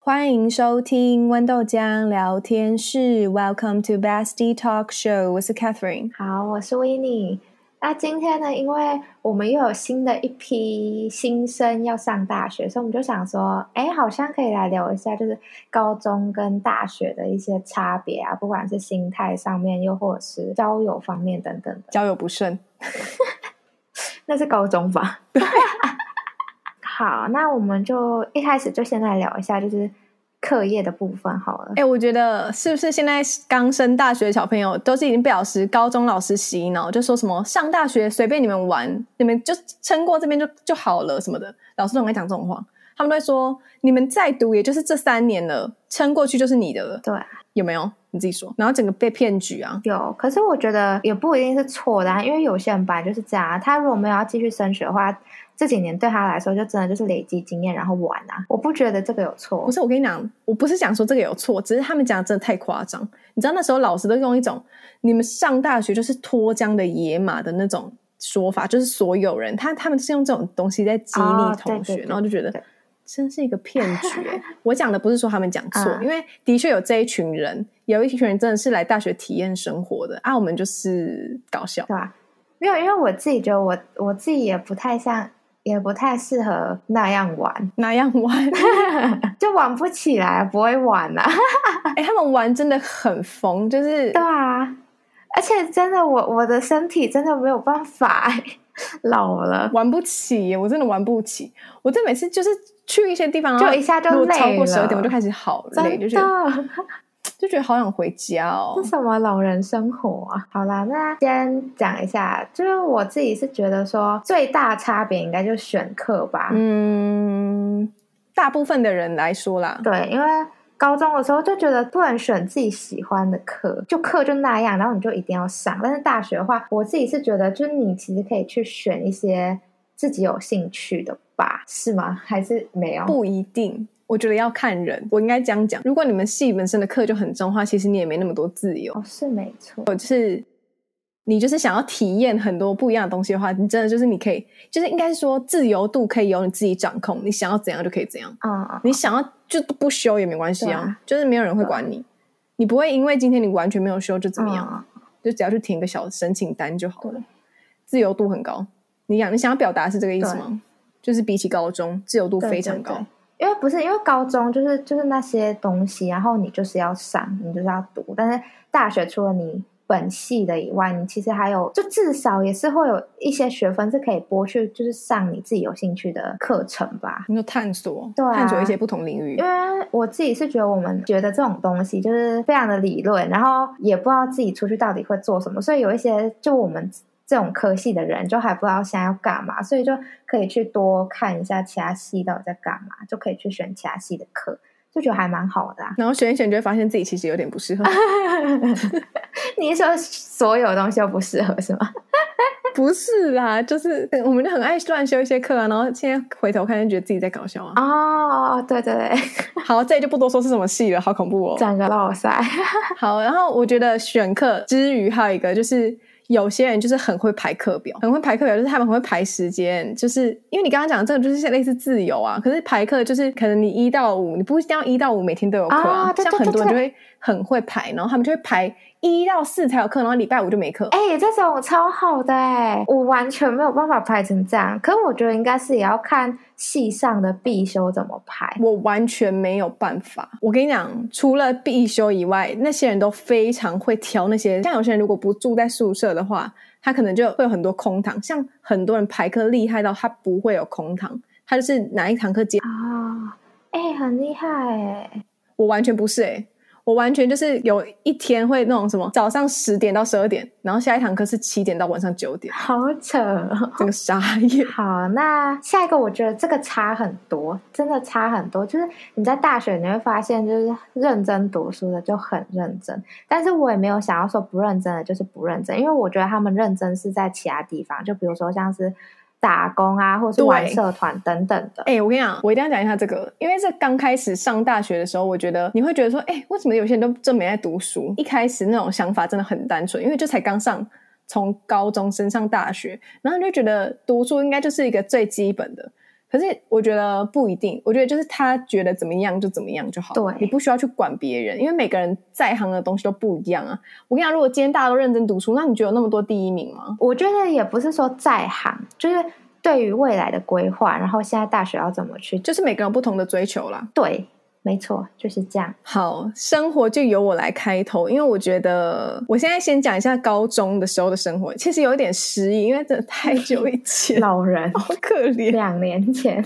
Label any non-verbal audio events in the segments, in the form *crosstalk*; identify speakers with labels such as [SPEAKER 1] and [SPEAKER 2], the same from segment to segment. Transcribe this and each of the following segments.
[SPEAKER 1] 欢迎收听豌豆浆聊天室，Welcome to Bestie Talk Show，我是 Catherine。
[SPEAKER 2] 好，我是 w i n n i 那今天呢，因为我们又有新的一批新生要上大学，所以我们就想说，哎，好像可以来聊一下，就是高中跟大学的一些差别啊，不管是心态上面，又或者是交友方面等等的。
[SPEAKER 1] 交友不慎，
[SPEAKER 2] 那是高中吧？ *laughs* 好，那我们就一开始就先来聊一下，就是课业的部分好了
[SPEAKER 1] 哎、。我觉得是不是现在刚升大学的小朋友都是已经被老师、高中老师洗脑，就说什么上大学随便你们玩，你们就撑过这边就就好了什么的，老师总爱讲这种话，他们都会说你们再读也就是这三年了，撑过去就是你的了，
[SPEAKER 2] 对，
[SPEAKER 1] 有没有？你自己说，然后整个被骗局啊，
[SPEAKER 2] 有，可是我觉得也不一定是错的、啊，因为有些人本来就是这样、啊。他如果没有要继续升学的话，这几年对他来说就真的就是累积经验，然后玩啊。我不觉得这个有错
[SPEAKER 1] 不。是，我跟你讲，我不是讲说这个有错，只是他们讲的真的太夸张。你知道那时候老师都用一种你们上大学就是脱缰的野马的那种说法，就是所有人他他们是用这种东西在激励
[SPEAKER 2] 哦对
[SPEAKER 1] 同学，
[SPEAKER 2] 对对
[SPEAKER 1] 然后就觉得
[SPEAKER 2] 对
[SPEAKER 1] 真是一个骗
[SPEAKER 2] *laughs*
[SPEAKER 1] 局、欸我讲的不是说他们讲错，
[SPEAKER 2] 嗯
[SPEAKER 1] 因为的确有这一群人，有一群人真的是来大学体验生活的啊，我们就是搞笑。
[SPEAKER 2] 对吧？没有，因为我自己觉得我我自己也不太像，也不太适合那样玩， *laughs*
[SPEAKER 1] 哪样玩？ *laughs*
[SPEAKER 2] 就玩不起来，不会玩啊。 *laughs*
[SPEAKER 1] 哎、他们玩真的很疯，就是
[SPEAKER 2] 对啊，而且真的我我的身体真的没有办法、 *laughs* 老了
[SPEAKER 1] 玩不起耶，我真的玩不起。我这每次就是去一些地方，
[SPEAKER 2] 就
[SPEAKER 1] 然后
[SPEAKER 2] 一下就
[SPEAKER 1] 如果超
[SPEAKER 2] 累
[SPEAKER 1] 过十二点，
[SPEAKER 2] 了
[SPEAKER 1] 我就开始好累，
[SPEAKER 2] 真
[SPEAKER 1] 就
[SPEAKER 2] 的
[SPEAKER 1] 觉得就觉得好想回家哦
[SPEAKER 2] 这。什么老人生活啊？好啦，那先讲一下，就是我自己是觉得说最大差别应该就是选课吧。
[SPEAKER 1] 嗯，大部分的人来说啦，
[SPEAKER 2] 对，因为高中的时候就觉得不能选自己喜欢的课，就课就那样，然后你就一定要上。但是大学的话，我自己是觉得，就是你其实可以去选一些自己有兴趣的吧，是吗？还是没有？
[SPEAKER 1] 不一定。我觉得要看人，我应该这样讲：如果你们系本身的课就很重的话，其实你也没那么多自由。
[SPEAKER 2] 哦，是没错，
[SPEAKER 1] 你就是想要体验很多不一样的东西的话，你真的就是你可以，就是应该是说自由度可以由你自己掌控，你想要怎样就可以怎样。
[SPEAKER 2] 嗯，
[SPEAKER 1] 你想要就不修也没关系
[SPEAKER 2] 对
[SPEAKER 1] 啊，
[SPEAKER 2] 啊
[SPEAKER 1] 就是没有人会管你，你不会因为今天你完全没有修就怎么样，
[SPEAKER 2] 嗯
[SPEAKER 1] 就只要去填个小申请单就好了
[SPEAKER 2] 对，
[SPEAKER 1] 自由度很高。你想你想要表达是这个意思
[SPEAKER 2] 对
[SPEAKER 1] 吗？就是比起高中，自由度
[SPEAKER 2] 对
[SPEAKER 1] 非常
[SPEAKER 2] 对
[SPEAKER 1] 高。
[SPEAKER 2] 对因为不是因为高中就是就是那些东西，然后你就是要上，你就是要读。但是大学除了你本系的以外，你其实还有，就至少也是会有一些学分是可以拨去，就是上你自己有兴趣的课程吧。
[SPEAKER 1] 你就探索，
[SPEAKER 2] 对啊
[SPEAKER 1] 探索一些不同领域
[SPEAKER 2] 因。为我自己是觉得，我们觉得这种东西就是非常的理论，然后也不知道自己出去到底会做什么，所以有一些就我们这种科系的人就还不知道现在要干嘛，所以就可以去多看一下其他系到底在干嘛，就可以去选其他系的课，就觉得还蛮好的、啊。 *laughs*
[SPEAKER 1] 然后选一选，就会发现自己其实有点不适合。
[SPEAKER 2] 你是说所有东西都不适合是吗？
[SPEAKER 1] 不是啦，就是呃我们就很爱乱修一些课啊，然后现在回头看就觉得自己在搞笑啊。
[SPEAKER 2] *laughs* 哦，对对 *laughs* 对，
[SPEAKER 1] 好，这里就不多说是什么戏了，好恐怖哦。
[SPEAKER 2] 整个落塞，
[SPEAKER 1] *laughs* 好，然后我觉得选课之余还有一个就是。有些人就是很会排课表，很会排课表，就是他们很会排时间，就是因为你刚刚讲的这个就是类似自由啊，可是排课就是可能你一到五，你不一定要一到五每天都有课啊，
[SPEAKER 2] 啊对
[SPEAKER 1] 像
[SPEAKER 2] 对
[SPEAKER 1] 很多人就
[SPEAKER 2] 对
[SPEAKER 1] 会很会排，然后他们就会排一到四才有课，然后礼拜五就没课。
[SPEAKER 2] 哎、这种超好的哎、我完全没有办法排成这样。可是我觉得应该是也要看系上的必修怎么排。
[SPEAKER 1] 我完全没有办法。我跟你讲，除了必修以外，那些人都非常会挑那些。像有些人如果不住在宿舍的话，他可能就会有很多空堂。像很多人排课厉害到他不会有空堂，他就是哪一堂课接。
[SPEAKER 2] 啊，哎、很厉害哎、
[SPEAKER 1] 我完全不是诶、欸我完全就是有一天会那种什么早上十点到十二点，然后下一堂课是七点到晚上九点，
[SPEAKER 2] 好扯哦。
[SPEAKER 1] 整个傻眼。
[SPEAKER 2] 好，那下一个我觉得这个差很多，真的差很多。就是你在大学你会发现，就是认真读书的就很认真，但是我也没有想要说不认真的就是不认真，因为我觉得他们认真是在其他地方，就比如说像是打工啊，或者是玩
[SPEAKER 1] 对
[SPEAKER 2] 社团等等的。
[SPEAKER 1] 哎、我跟你讲，我一定要讲一下这个，因为这刚开始上大学的时候，我觉得你会觉得说，哎、为什么有些人都真没在读书？一开始那种想法真的很单纯，因为就才刚上从高中升上大学，然后你就觉得读书应该就是一个最基本的。可是我觉得不一定，我觉得就是他觉得怎么样就怎么样就好，
[SPEAKER 2] 对
[SPEAKER 1] 你不需要去管别人，因为每个人在行的东西都不一样啊。我跟你讲，如果今天大家都认真读书，那你觉得有那么多第一名吗？
[SPEAKER 2] 我觉得也不是说在行，就是对于未来的规划，然后现在大学要怎么去，
[SPEAKER 1] 就是每个人有不同的追求啦。
[SPEAKER 2] 对，没错，就是这样。
[SPEAKER 1] 好，生活就由我来开头，因为我觉得我现在先讲一下高中的时候的生活，其实有一点失忆，因为真的太久以前，
[SPEAKER 2] 老人
[SPEAKER 1] *laughs* 好可怜。
[SPEAKER 2] 两年前，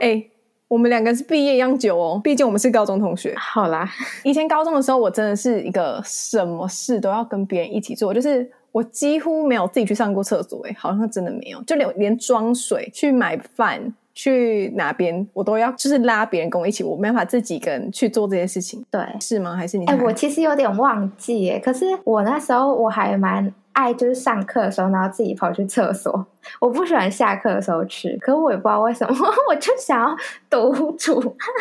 [SPEAKER 1] 哎、我们两个是毕业一样久哦，毕竟我们是高中同学。
[SPEAKER 2] 好啦，
[SPEAKER 1] 以前高中的时候，我真的是一个什么事都要跟别人一起做，就是我几乎没有自己去上过厕所、哎，好像真的没有，就连连装水、去买饭、去哪边，我都要就是拉别人跟我一起，我没办法自己一个人去做这些事情，
[SPEAKER 2] 对，
[SPEAKER 1] 是吗？还是你
[SPEAKER 2] 哎、
[SPEAKER 1] 还？
[SPEAKER 2] 我其实有点忘记耶，可是我那时候我还蛮爱，就是上课的时候，然后自己跑去厕所。我不喜欢下课的时候去，可我也不知道为什么， *laughs* 我就想要独处。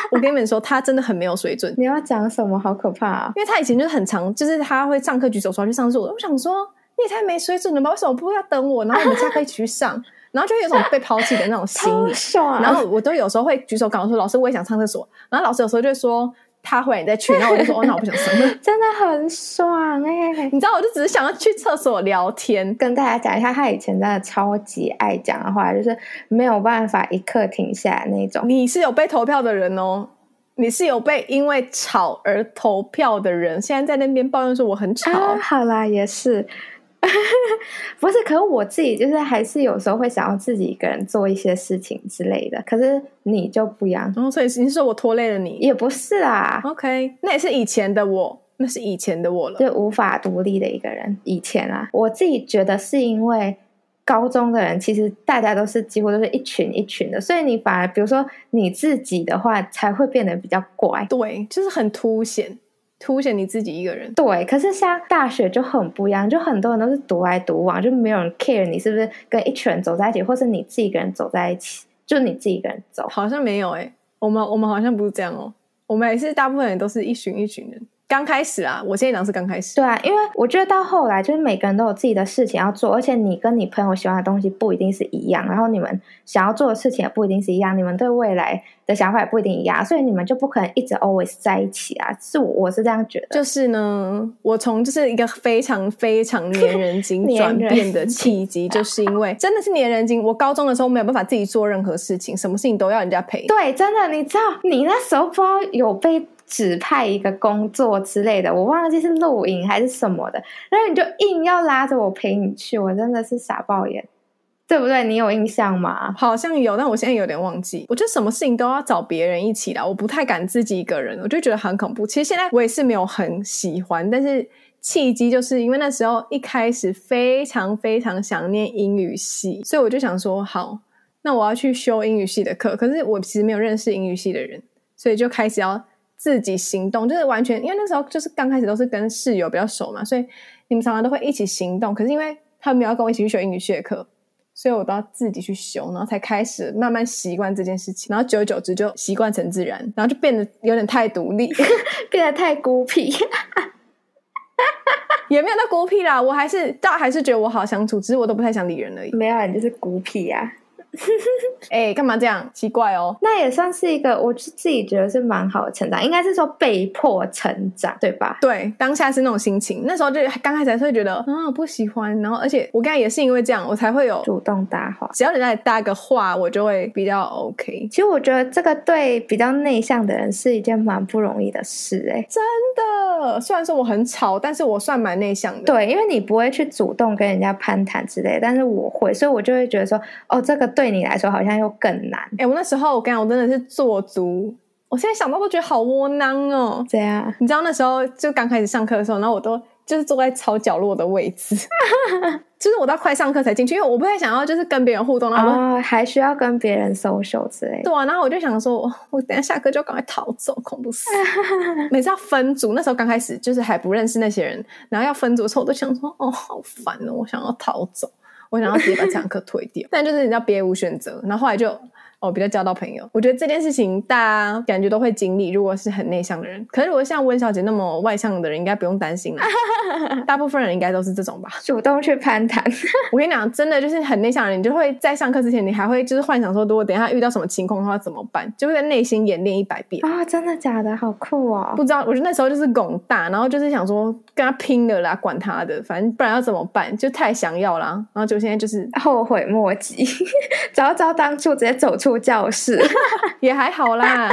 [SPEAKER 1] 我跟你们说，他真的很没有水准，
[SPEAKER 2] 你要讲什么？好可怕啊！
[SPEAKER 1] 因为他以前就是很常，就是他会上课举手说要去上厕所，我想说你也太没水准了吧，为什么不要等我？然后我们下课一起去上，然后就会有种被抛弃的那种心
[SPEAKER 2] *laughs* 超
[SPEAKER 1] 理。
[SPEAKER 2] 爽！啊
[SPEAKER 1] 然后我都有时候会举手告诉老师，我也想上厕所。然后老师有时候就会说他回来你再去，然后我就说哦，那我不想上了。 *laughs*
[SPEAKER 2] 真的很爽哎、
[SPEAKER 1] 你知道，我就只是想要去厕所聊天。
[SPEAKER 2] 跟大家讲一下，他以前真的超级爱讲的话，就是没有办法一刻停下来那种。
[SPEAKER 1] 你是有被投票的人哦，你是有被因为吵而投票的人。现在在那边抱怨说我很吵，
[SPEAKER 2] 啊，好啦，也是， *laughs* 不是？可是我自己就是还是有时候会想要自己一个人做一些事情之类的。可是你就不一样，
[SPEAKER 1] 然后所以你是说我拖累了你？
[SPEAKER 2] 也不是啊，
[SPEAKER 1] OK，那也是以前的我，那是以前的我了。
[SPEAKER 2] 就无法独立的一个人。以前啊，我自己觉得是因为。高中的人其实大家都是几乎都是一群一群的，所以你反而比如说你自己的话，才会变得比较乖。
[SPEAKER 1] 对，就是很凸显，凸显你自己一个人。
[SPEAKER 2] 对，可是像大学就很不一样，就很多人都是独来独往，就没有人 care 你是不是跟一群人走在一起，或是你自己一个人走在一起，就你自己一个人走。
[SPEAKER 1] 好像没有诶、我们我们好像不是这样哦、我们也是大部分人都是一群一群人。刚开始啊，我现在讲是刚开始，
[SPEAKER 2] 对啊，因为我觉得到后来就是每个人都有自己的事情要做，而且你跟你朋友喜欢的东西不一定是一样，然后你们想要做的事情也不一定是一样，你们对未来的想法也不一定一样，所以你们就不可能一直 always 在一起啊。是我我是这样觉得。
[SPEAKER 1] 就是呢，我从就是一个非常非常粘人精
[SPEAKER 2] *laughs* 粘
[SPEAKER 1] 转
[SPEAKER 2] 人
[SPEAKER 1] 变的契
[SPEAKER 2] *laughs*
[SPEAKER 1] 机，就是因为真的是粘人精。我高中的时候没有办法自己做任何事情，什么事情都要人家陪。
[SPEAKER 2] 对，真的，你知道，你那时候不知道有被指派一个工作之类的，我忘记是录影还是什么的，然后你就硬要拉着我陪你去，我真的是傻爆眼，对不对？你有印象吗？
[SPEAKER 1] 好像有，但我现在有点忘记。我觉得什么事情都要找别人一起啦，我不太敢自己一个人，我就觉得很恐怖。其实现在我也是没有很喜欢，但是契机就是因为那时候一开始非常非常想念英语系，所以我就想说，好，那我要去修英语系的课。可是我其实没有认识英语系的人，所以就开始要自己行动，就是完全因为那时候就是刚开始都是跟室友比较熟嘛，所以你们常常都会一起行动。可是因为他们没有要跟我一起去修英语系的课，所以我都要自己去修，然后才开始慢慢习惯这件事情，然后久而久之就习惯成自然，然后就变得有点太独立， *laughs*
[SPEAKER 2] 变得太孤僻， *laughs*
[SPEAKER 1] 也没有到孤僻啦。我还是倒还是觉得我好相处，只是我都不太想理人而已。
[SPEAKER 2] 没有啊，你就是孤僻啊。
[SPEAKER 1] 哎、干嘛这样？奇怪哦。
[SPEAKER 2] 那也算是一个，我是自己觉得是蛮好的成长，应该是说被迫成长，对吧？
[SPEAKER 1] 对，当下是那种心情，那时候就刚开始还是会觉得啊不喜欢，然后而且我刚才也是因为这样，我才会有，
[SPEAKER 2] 主动搭话。
[SPEAKER 1] 只要人家来搭个话，我就会比较 OK。
[SPEAKER 2] 其实我觉得这个对比较内向的人是一件蛮不容易的事、欸，
[SPEAKER 1] 真的，虽然说我很吵，但是我算蛮内向的。
[SPEAKER 2] 对，因为你不会去主动跟人家攀谈之类，但是我会，所以我就会觉得说，哦，这个对你来说好像又更难，
[SPEAKER 1] 哎、我那时候我跟你讲，我真的是做足，我现在想到都觉得好窝囊哦。
[SPEAKER 2] 这样
[SPEAKER 1] 你知道那时候就刚开始上课的时候，然后我都就是坐在超角落的位置， *laughs* 就是我到快上课才进去，因为我不太想要就是跟别人互动，然后我就、
[SPEAKER 2] 哦，还需要跟别人 social 之类的。
[SPEAKER 1] 对啊，然后我就想说，我我等一下下课就赶快逃走，恐怖死！每次要分组，那时候刚开始就是还不认识那些人，然后要分组的时候，我都想说，哦，好烦哦，我想要逃走，我想要直接把这堂课退掉。但就是你知道，别无选择。然后后来就哦，比较交到朋友。我觉得这件事情大家感觉都会经历，如果是很内向的人。可是如果像温小姐那么外向的人，应该不用担心了。大部分人应该都是这种吧。
[SPEAKER 2] 主动去攀谈， *laughs*
[SPEAKER 1] 我跟你讲，真的就是很内向的人，你就会在上课之前，你还会就是幻想说，如果等一下遇到什么情况的话怎么办，就会在内心演练一百遍。
[SPEAKER 2] 啊、真的假的？好酷哦！
[SPEAKER 1] 不知道，我觉得那时候就是拱大，然后就是想说跟他拼了啦，管他的，反正不然要怎么办，就太想要啦。然后就现在就是
[SPEAKER 2] 后悔莫及， *laughs* 早早当初直接走出教室，,
[SPEAKER 1] 也还好啦。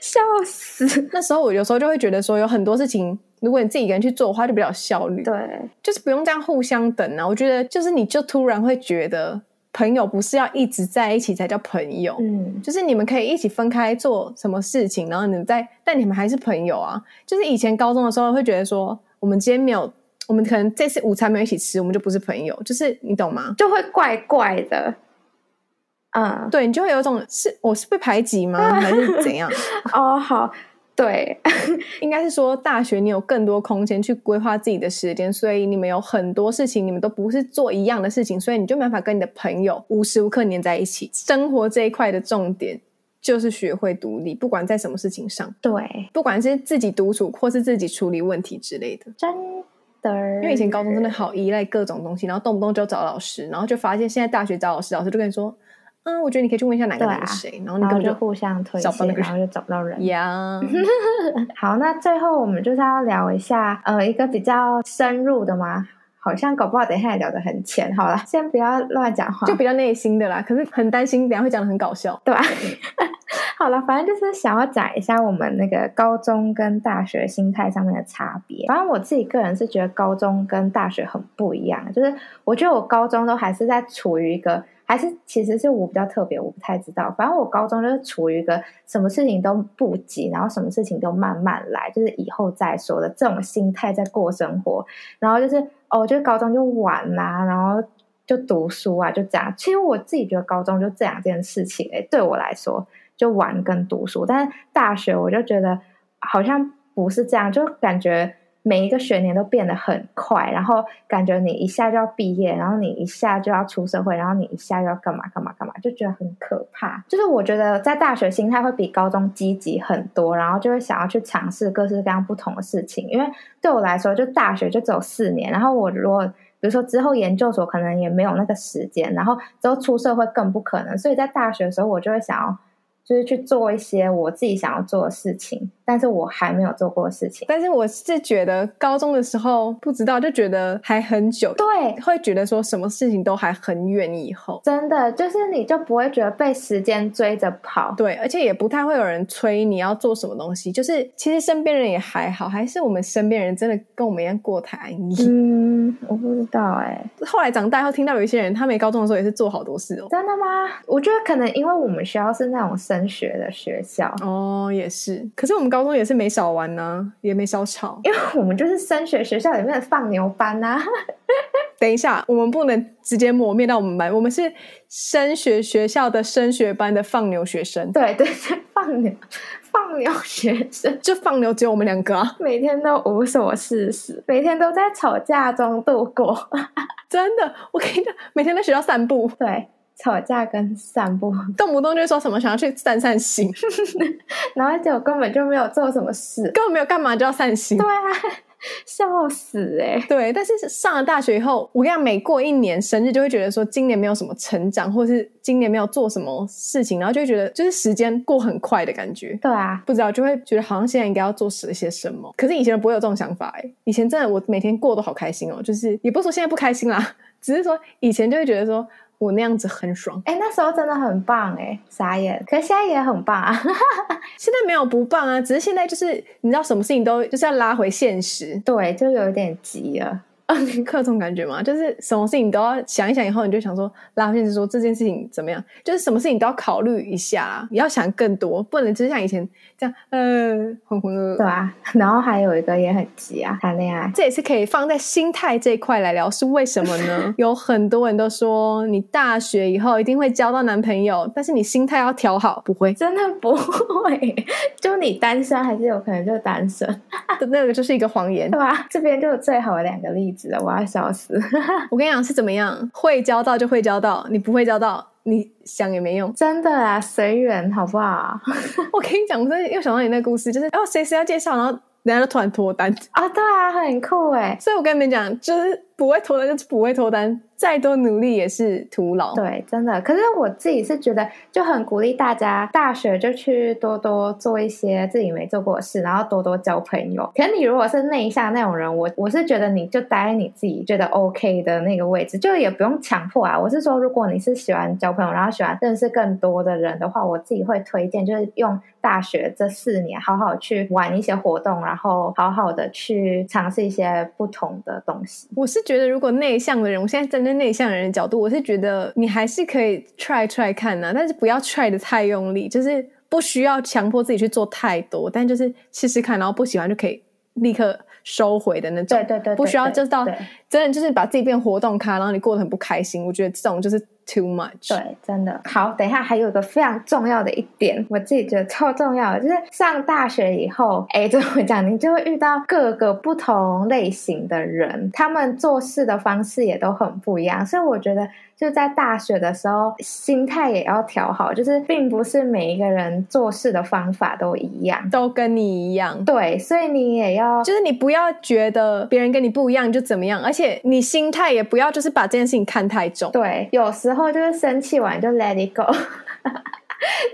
[SPEAKER 2] 笑死！
[SPEAKER 1] 那时候我有时候就会觉得说，有很多事情，如果你自己一个人去做的话，就比较有效率，
[SPEAKER 2] 对，
[SPEAKER 1] 就是不用这样互相等啊。我觉得就是你就突然会觉得，朋友不是要一直在一起才叫朋友，
[SPEAKER 2] 嗯，
[SPEAKER 1] 就是你们可以一起分开做什么事情，然后你们再，但你们还是朋友啊。就是以前高中的时候会觉得说，我们今天没有，我们可能这次午餐没有一起吃，我们就不是朋友，就是你懂吗？
[SPEAKER 2] 就会怪怪的。嗯，
[SPEAKER 1] 对你就会有一种是我是被排挤吗，还是怎样？
[SPEAKER 2] 哦，好，对， *laughs*
[SPEAKER 1] 应该是说大学你有更多空间去规划自己的时间，所以你们有很多事情，你们都不是做一样的事情，所以你就没办法跟你的朋友无时无刻黏在一起。生活这一块的重点就是学会独立，不管在什么事情上，
[SPEAKER 2] 对，
[SPEAKER 1] 不管是自己独处或是自己处理问题之类的。
[SPEAKER 2] 真的。
[SPEAKER 1] 因为以前高中
[SPEAKER 2] 嗯
[SPEAKER 1] 真的好依赖各种东西，然后动不动就找老师，然后就发现现在大学找老师，老师就跟你说，嗯，我觉得你可以去问一下哪个
[SPEAKER 2] 对啊
[SPEAKER 1] 哪个谁，然后你
[SPEAKER 2] 然
[SPEAKER 1] 根
[SPEAKER 2] 后
[SPEAKER 1] 本
[SPEAKER 2] 就
[SPEAKER 1] 就
[SPEAKER 2] 互相推
[SPEAKER 1] 找不到
[SPEAKER 2] 卸，
[SPEAKER 1] 那个
[SPEAKER 2] 然
[SPEAKER 1] 人
[SPEAKER 2] 后就找不到人。 *laughs*
[SPEAKER 1] 呀。
[SPEAKER 2] 好，那最后我们就是要聊一下，呃，一个比较深入的嘛，好像搞不好等一下也聊得很浅。好了，先不要乱讲话，
[SPEAKER 1] 就比较内心的啦，可是很担心等一下会讲的很搞笑。
[SPEAKER 2] 对吧？ *laughs* 好了，反正就是想要讲一下我们那个高中跟大学心态上面的差别。反正我自己个人是觉得高中跟大学很不一样，就是我觉得我高中都还是在处于一个，还是其实是我比较特别，我不太知道。反正我高中就是处于一个什么事情都不急，然后什么事情都慢慢来，就是以后再说的这种心态在过生活。然后就是哦，就是高中就玩啦、然后就读书啊，就这样。其实我自己觉得高中就这两件事情，哎，对我来说就玩跟读书，但是大学我就觉得好像不是这样，就感觉。每一个学年都变得很快，然后感觉你一下就要毕业，然后你一下就要出社会，然后你一下就要干嘛干嘛干嘛，就觉得很可怕。就是我觉得在大学心态会比高中积极很多，然后就会想要去尝试各式各样不同的事情，因为对我来说，就大学就只有四年，然后我如果比如说之后研究所可能也没有那个时间，然后之后出社会更不可能，所以在大学的时候我就会想要就是去做一些我自己想要做的事情，但是我还没有做过的事情。
[SPEAKER 1] 但是我是觉得高中的时候不知道，就觉得还很久，
[SPEAKER 2] 对，
[SPEAKER 1] 会觉得说什么事情都还很远以后。
[SPEAKER 2] 真的就是你就不会觉得被时间追着跑，
[SPEAKER 1] 对，而且也不太会有人催你要做什么东西，就是其实身边人也还好，还是我们身边人真的跟我们一样过得太安逸。
[SPEAKER 2] 嗯，我不知道哎、
[SPEAKER 1] 后来长大后听到有一些人，他们高中的时候也是做好多事哦。
[SPEAKER 2] 真的吗？我觉得可能因为我们学校是那种升学的学校， *laughs*
[SPEAKER 1] 哦，也是，可是我们高中也是没少玩呢、也没少吵。
[SPEAKER 2] 因为我们就是升学学校里面的放牛班啊呐、
[SPEAKER 1] 等一下，我们不能直接抹灭到我们班，我们是升学学校的升学班的放牛学生，
[SPEAKER 2] *laughs* 对对对，放牛放牛学生。
[SPEAKER 1] 就放牛只有我们两个啊，
[SPEAKER 2] 每天都无所事事，每天都在吵架中度过。 *laughs*
[SPEAKER 1] 真的，我跟你讲，每天在学校散步，
[SPEAKER 2] 对，吵架跟散步，
[SPEAKER 1] 动不动就说什么想要去散散心，
[SPEAKER 2] 然后结果根本就没有做什么事。 *laughs*
[SPEAKER 1] 根本没有干嘛就要散心
[SPEAKER 2] 对。啊，笑死哎、
[SPEAKER 1] 对，但是上了大学以后，我跟你讲，每过一年生日就会觉得说今年没有什么成长，或是今年没有做什么事情，然后就会觉得就是时间过很快的感觉。
[SPEAKER 2] 对啊，
[SPEAKER 1] 不知道，就会觉得好像现在应该要做些些什么。可是以前不会有这种想法哎、以前真的我每天过得好开心哦，就是也不是说现在不开心啦，只是说以前就会觉得说我那样子很爽，
[SPEAKER 2] 哎、那时候真的很棒哎、傻眼。可是现在也很棒啊， *laughs*
[SPEAKER 1] 现在没有不棒啊，只是现在就是你知道什么事情都就是要拉回现实，
[SPEAKER 2] 对，就有点急了。
[SPEAKER 1] 克这种感觉嘛，就是什么事情都要想一想，以后你就想说拉回现实，说这件事情怎么样，就是什么事情都要考虑一下啊，你要想更多，不能只是像以前这样呃浑浑噩噩
[SPEAKER 2] 对。啊，然后还有一个也很急啊，谈恋爱。
[SPEAKER 1] 这也是可以放在心态这一块来聊，是为什么呢？
[SPEAKER 2] *laughs*
[SPEAKER 1] 有很多人都说你大学以后一定会交到男朋友，但是你心态要调好，不会。
[SPEAKER 2] 真的不会，就你单身还是有可能就单身，
[SPEAKER 1] 那个就是一个谎言
[SPEAKER 2] 啊对。吧？这边就是最好的两个例子了，我要笑死。。
[SPEAKER 1] 我跟你讲是怎么样，会交到就会交到，你不会交到，你想也没用
[SPEAKER 2] 真的啊，随缘好不好？
[SPEAKER 1] *laughs* 我跟你讲，我真的又想到你那个故事，就是哦谁谁要介绍，然后人家就突然脱单。 *laughs*
[SPEAKER 2] 啊、对啊，很酷哎。
[SPEAKER 1] 所以我跟你们讲，就是不会脱单就是不会脱单，再多努力也是徒劳。
[SPEAKER 2] 对，真的。可是我自己是觉得，就很鼓励大家大学就去多多做一些自己没做过的事，然后多多交朋友。可是你如果是内向那种人，我我是觉得你就待在你自己觉得 OK 的那个位置，就也不用强迫啊。我是说，如果你是喜欢交朋友，然后喜欢认识更多的人的话，我自己会推荐就是用。大学这四年，好好去玩一些活动，然后好好的去尝试一些不同的东西。
[SPEAKER 1] 我是觉得，如果内向的人，我现在站在内向人的角度，我是觉得你还是可以 try try 看呐、但是不要 try 的太用力，就是不需要强迫自己去做太多，但就是试试看，然后不喜欢就可以立刻收回的那种。
[SPEAKER 2] 对对对，
[SPEAKER 1] 不需要
[SPEAKER 2] 对
[SPEAKER 1] 就是到
[SPEAKER 2] 对
[SPEAKER 1] 真的就是把自己变活动咖，然后你过得很不开心。我觉得这种就是 too much。
[SPEAKER 2] 对，真的好。等一下，还有一个非常重要的一点，我自己觉得超重要的，就是上大学以后， *laughs* 哎，怎么讲？你就会遇到各个不同类型的人，他们做事的方式也都很不一样，所以我觉得。就在大学的时候，心态也要调好，就是并不是每一个人做事的方法都一样。
[SPEAKER 1] 都跟你一样，
[SPEAKER 2] 对，所以你也要
[SPEAKER 1] 就是你不要觉得别人跟你不一样就怎么样，而且你心态也不要就是把这件事情看太重。
[SPEAKER 2] 对，有时候就是生气完就 let it go。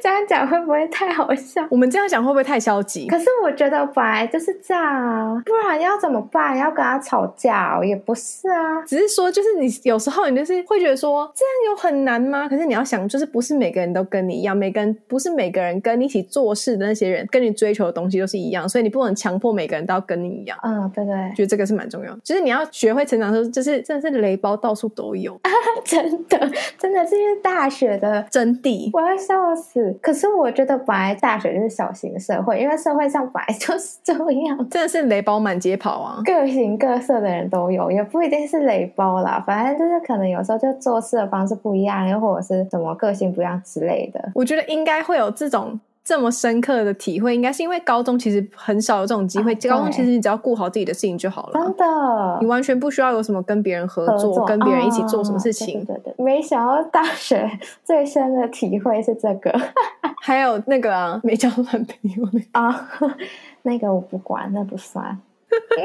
[SPEAKER 2] 这样讲会不会太好笑？
[SPEAKER 1] 我们这样讲会不会太消极？
[SPEAKER 2] 可是我觉得本来就是这样啊，不然要怎么办？要跟他吵架、哦、也不是啊。
[SPEAKER 1] 只是说，就是你有时候你就是会觉得说，这样有很难吗？可是你要想，就是不是每个人都跟你一样，每个人不是每个人跟你一起做事的那些人，跟你追求的东西都是一样，所以你不能强迫每个人都要跟你一样。
[SPEAKER 2] 嗯，对对，
[SPEAKER 1] 觉得这个是蛮重要的，就是你要学会成长的时候，就是真的是雷包到处都有，
[SPEAKER 2] *laughs* 真的，真的，这就是大学的
[SPEAKER 1] 真谛。
[SPEAKER 2] 我要笑死！可是我觉得本来大学就是小型社会，因为社会上本来就是这样，
[SPEAKER 1] 真的是雷包满街跑啊！
[SPEAKER 2] 各形各色的人都有，也不一定是雷包啦。反正就是可能有时候就做事的方式不一样，又或者是什么个性不一样之类的。
[SPEAKER 1] 我觉得应该会有这种这么深刻的体会，应该是因为高中其实很少有这种机会。
[SPEAKER 2] 哦对
[SPEAKER 1] 高中其实你只要顾好自己的事情就好了啊、
[SPEAKER 2] 真的
[SPEAKER 1] 你，完全不需要有什么跟别人合作、跟别人一起做什么事情，
[SPEAKER 2] 啊对对对，没想到大学最深的体会是这个 *laughs*
[SPEAKER 1] 还有那个啊，没交男朋友那个
[SPEAKER 2] 啊， *laughs* 那个我不管，那不算。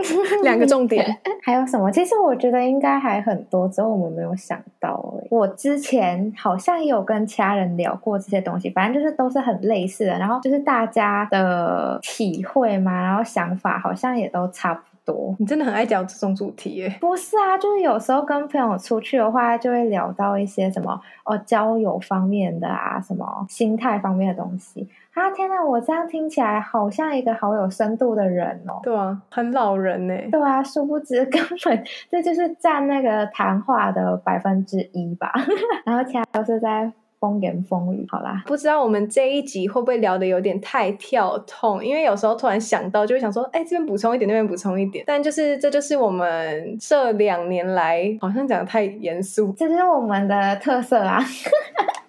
[SPEAKER 1] *laughs* 两个重点。
[SPEAKER 2] *laughs* 还有什么？其实我觉得应该还很多，只是我们没有想到、欸。我之前好像也有跟其他人聊过这些东西，反正就是都是很类似的。然后就是大家的体会嘛，然后想法好像也都差不多。
[SPEAKER 1] 你真的很爱讲这种主题耶，
[SPEAKER 2] 不是啊，就是有时候跟朋友出去的话，就会聊到一些什么哦交友方面的啊，什么心态方面的东西。啊天哪，我这样听起来好像一个好有深度的人哦。
[SPEAKER 1] 对啊，很老人呢。
[SPEAKER 2] 对啊，殊不知根本这就是占那个谈话的百分之一吧， *laughs* 然后其他都是在风言风语。好啦，
[SPEAKER 1] 不知道我们这一集会不会聊的有点太跳痛，因为有时候突然想到，就会想说，哎、这边补充一点，那边补充一点。但就是这就是我们这两年来好像讲得太严肃，
[SPEAKER 2] 这就是我们的特色啊， *laughs*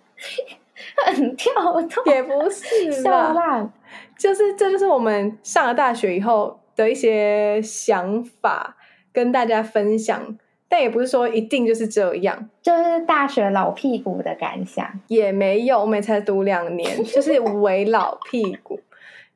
[SPEAKER 2] 很跳动，
[SPEAKER 1] *laughs* 也不是
[SPEAKER 2] 笑
[SPEAKER 1] 啦，
[SPEAKER 2] 烂。
[SPEAKER 1] 就是这就是我们上了大学以后的一些想法跟大家分享，但也不是说一定就是这样。
[SPEAKER 2] 就是大学老屁股的感想，
[SPEAKER 1] 也没有，我们也才读两年，就是为老屁股。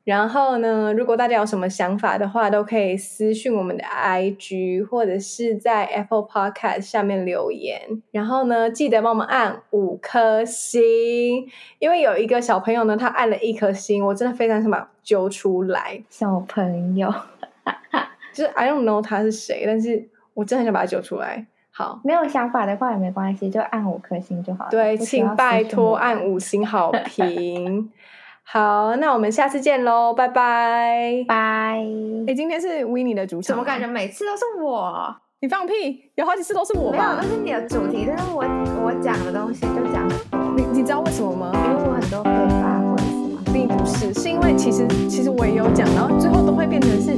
[SPEAKER 1] 然后呢，如果大家有什么想法的话，都可以私讯我们的 IG，或者是在 Apple Podcast 下面留言。然后呢，记得帮我们按五颗星，因为有一个小朋友呢，他按了一颗星，我真的非常想把他揪出来。
[SPEAKER 2] 小朋友 *laughs*
[SPEAKER 1] 就是 I don't know 他是谁，但是我真的很想把他揪出来。好，
[SPEAKER 2] 没有想法的话也没关系，就按五颗星就好了。
[SPEAKER 1] 对，
[SPEAKER 2] 不需要
[SPEAKER 1] 请拜
[SPEAKER 2] 私讯
[SPEAKER 1] 托
[SPEAKER 2] 我
[SPEAKER 1] 按五星好评。好，那我们下次见喽，拜拜。
[SPEAKER 2] 拜。
[SPEAKER 1] 哎、今天是 w i n n i e 的主场，
[SPEAKER 2] 怎么感觉？每次都是我？
[SPEAKER 1] 你放屁！有好几次都是我
[SPEAKER 2] 没有，
[SPEAKER 1] 吧
[SPEAKER 2] 都？是你的主题，但是我我讲的东西就讲很多。
[SPEAKER 1] 你你知道为什么吗？
[SPEAKER 2] 因为我很多可以发挥，是吗？
[SPEAKER 1] 并不是，是因为其实其实我也有讲，然后最后都会变成是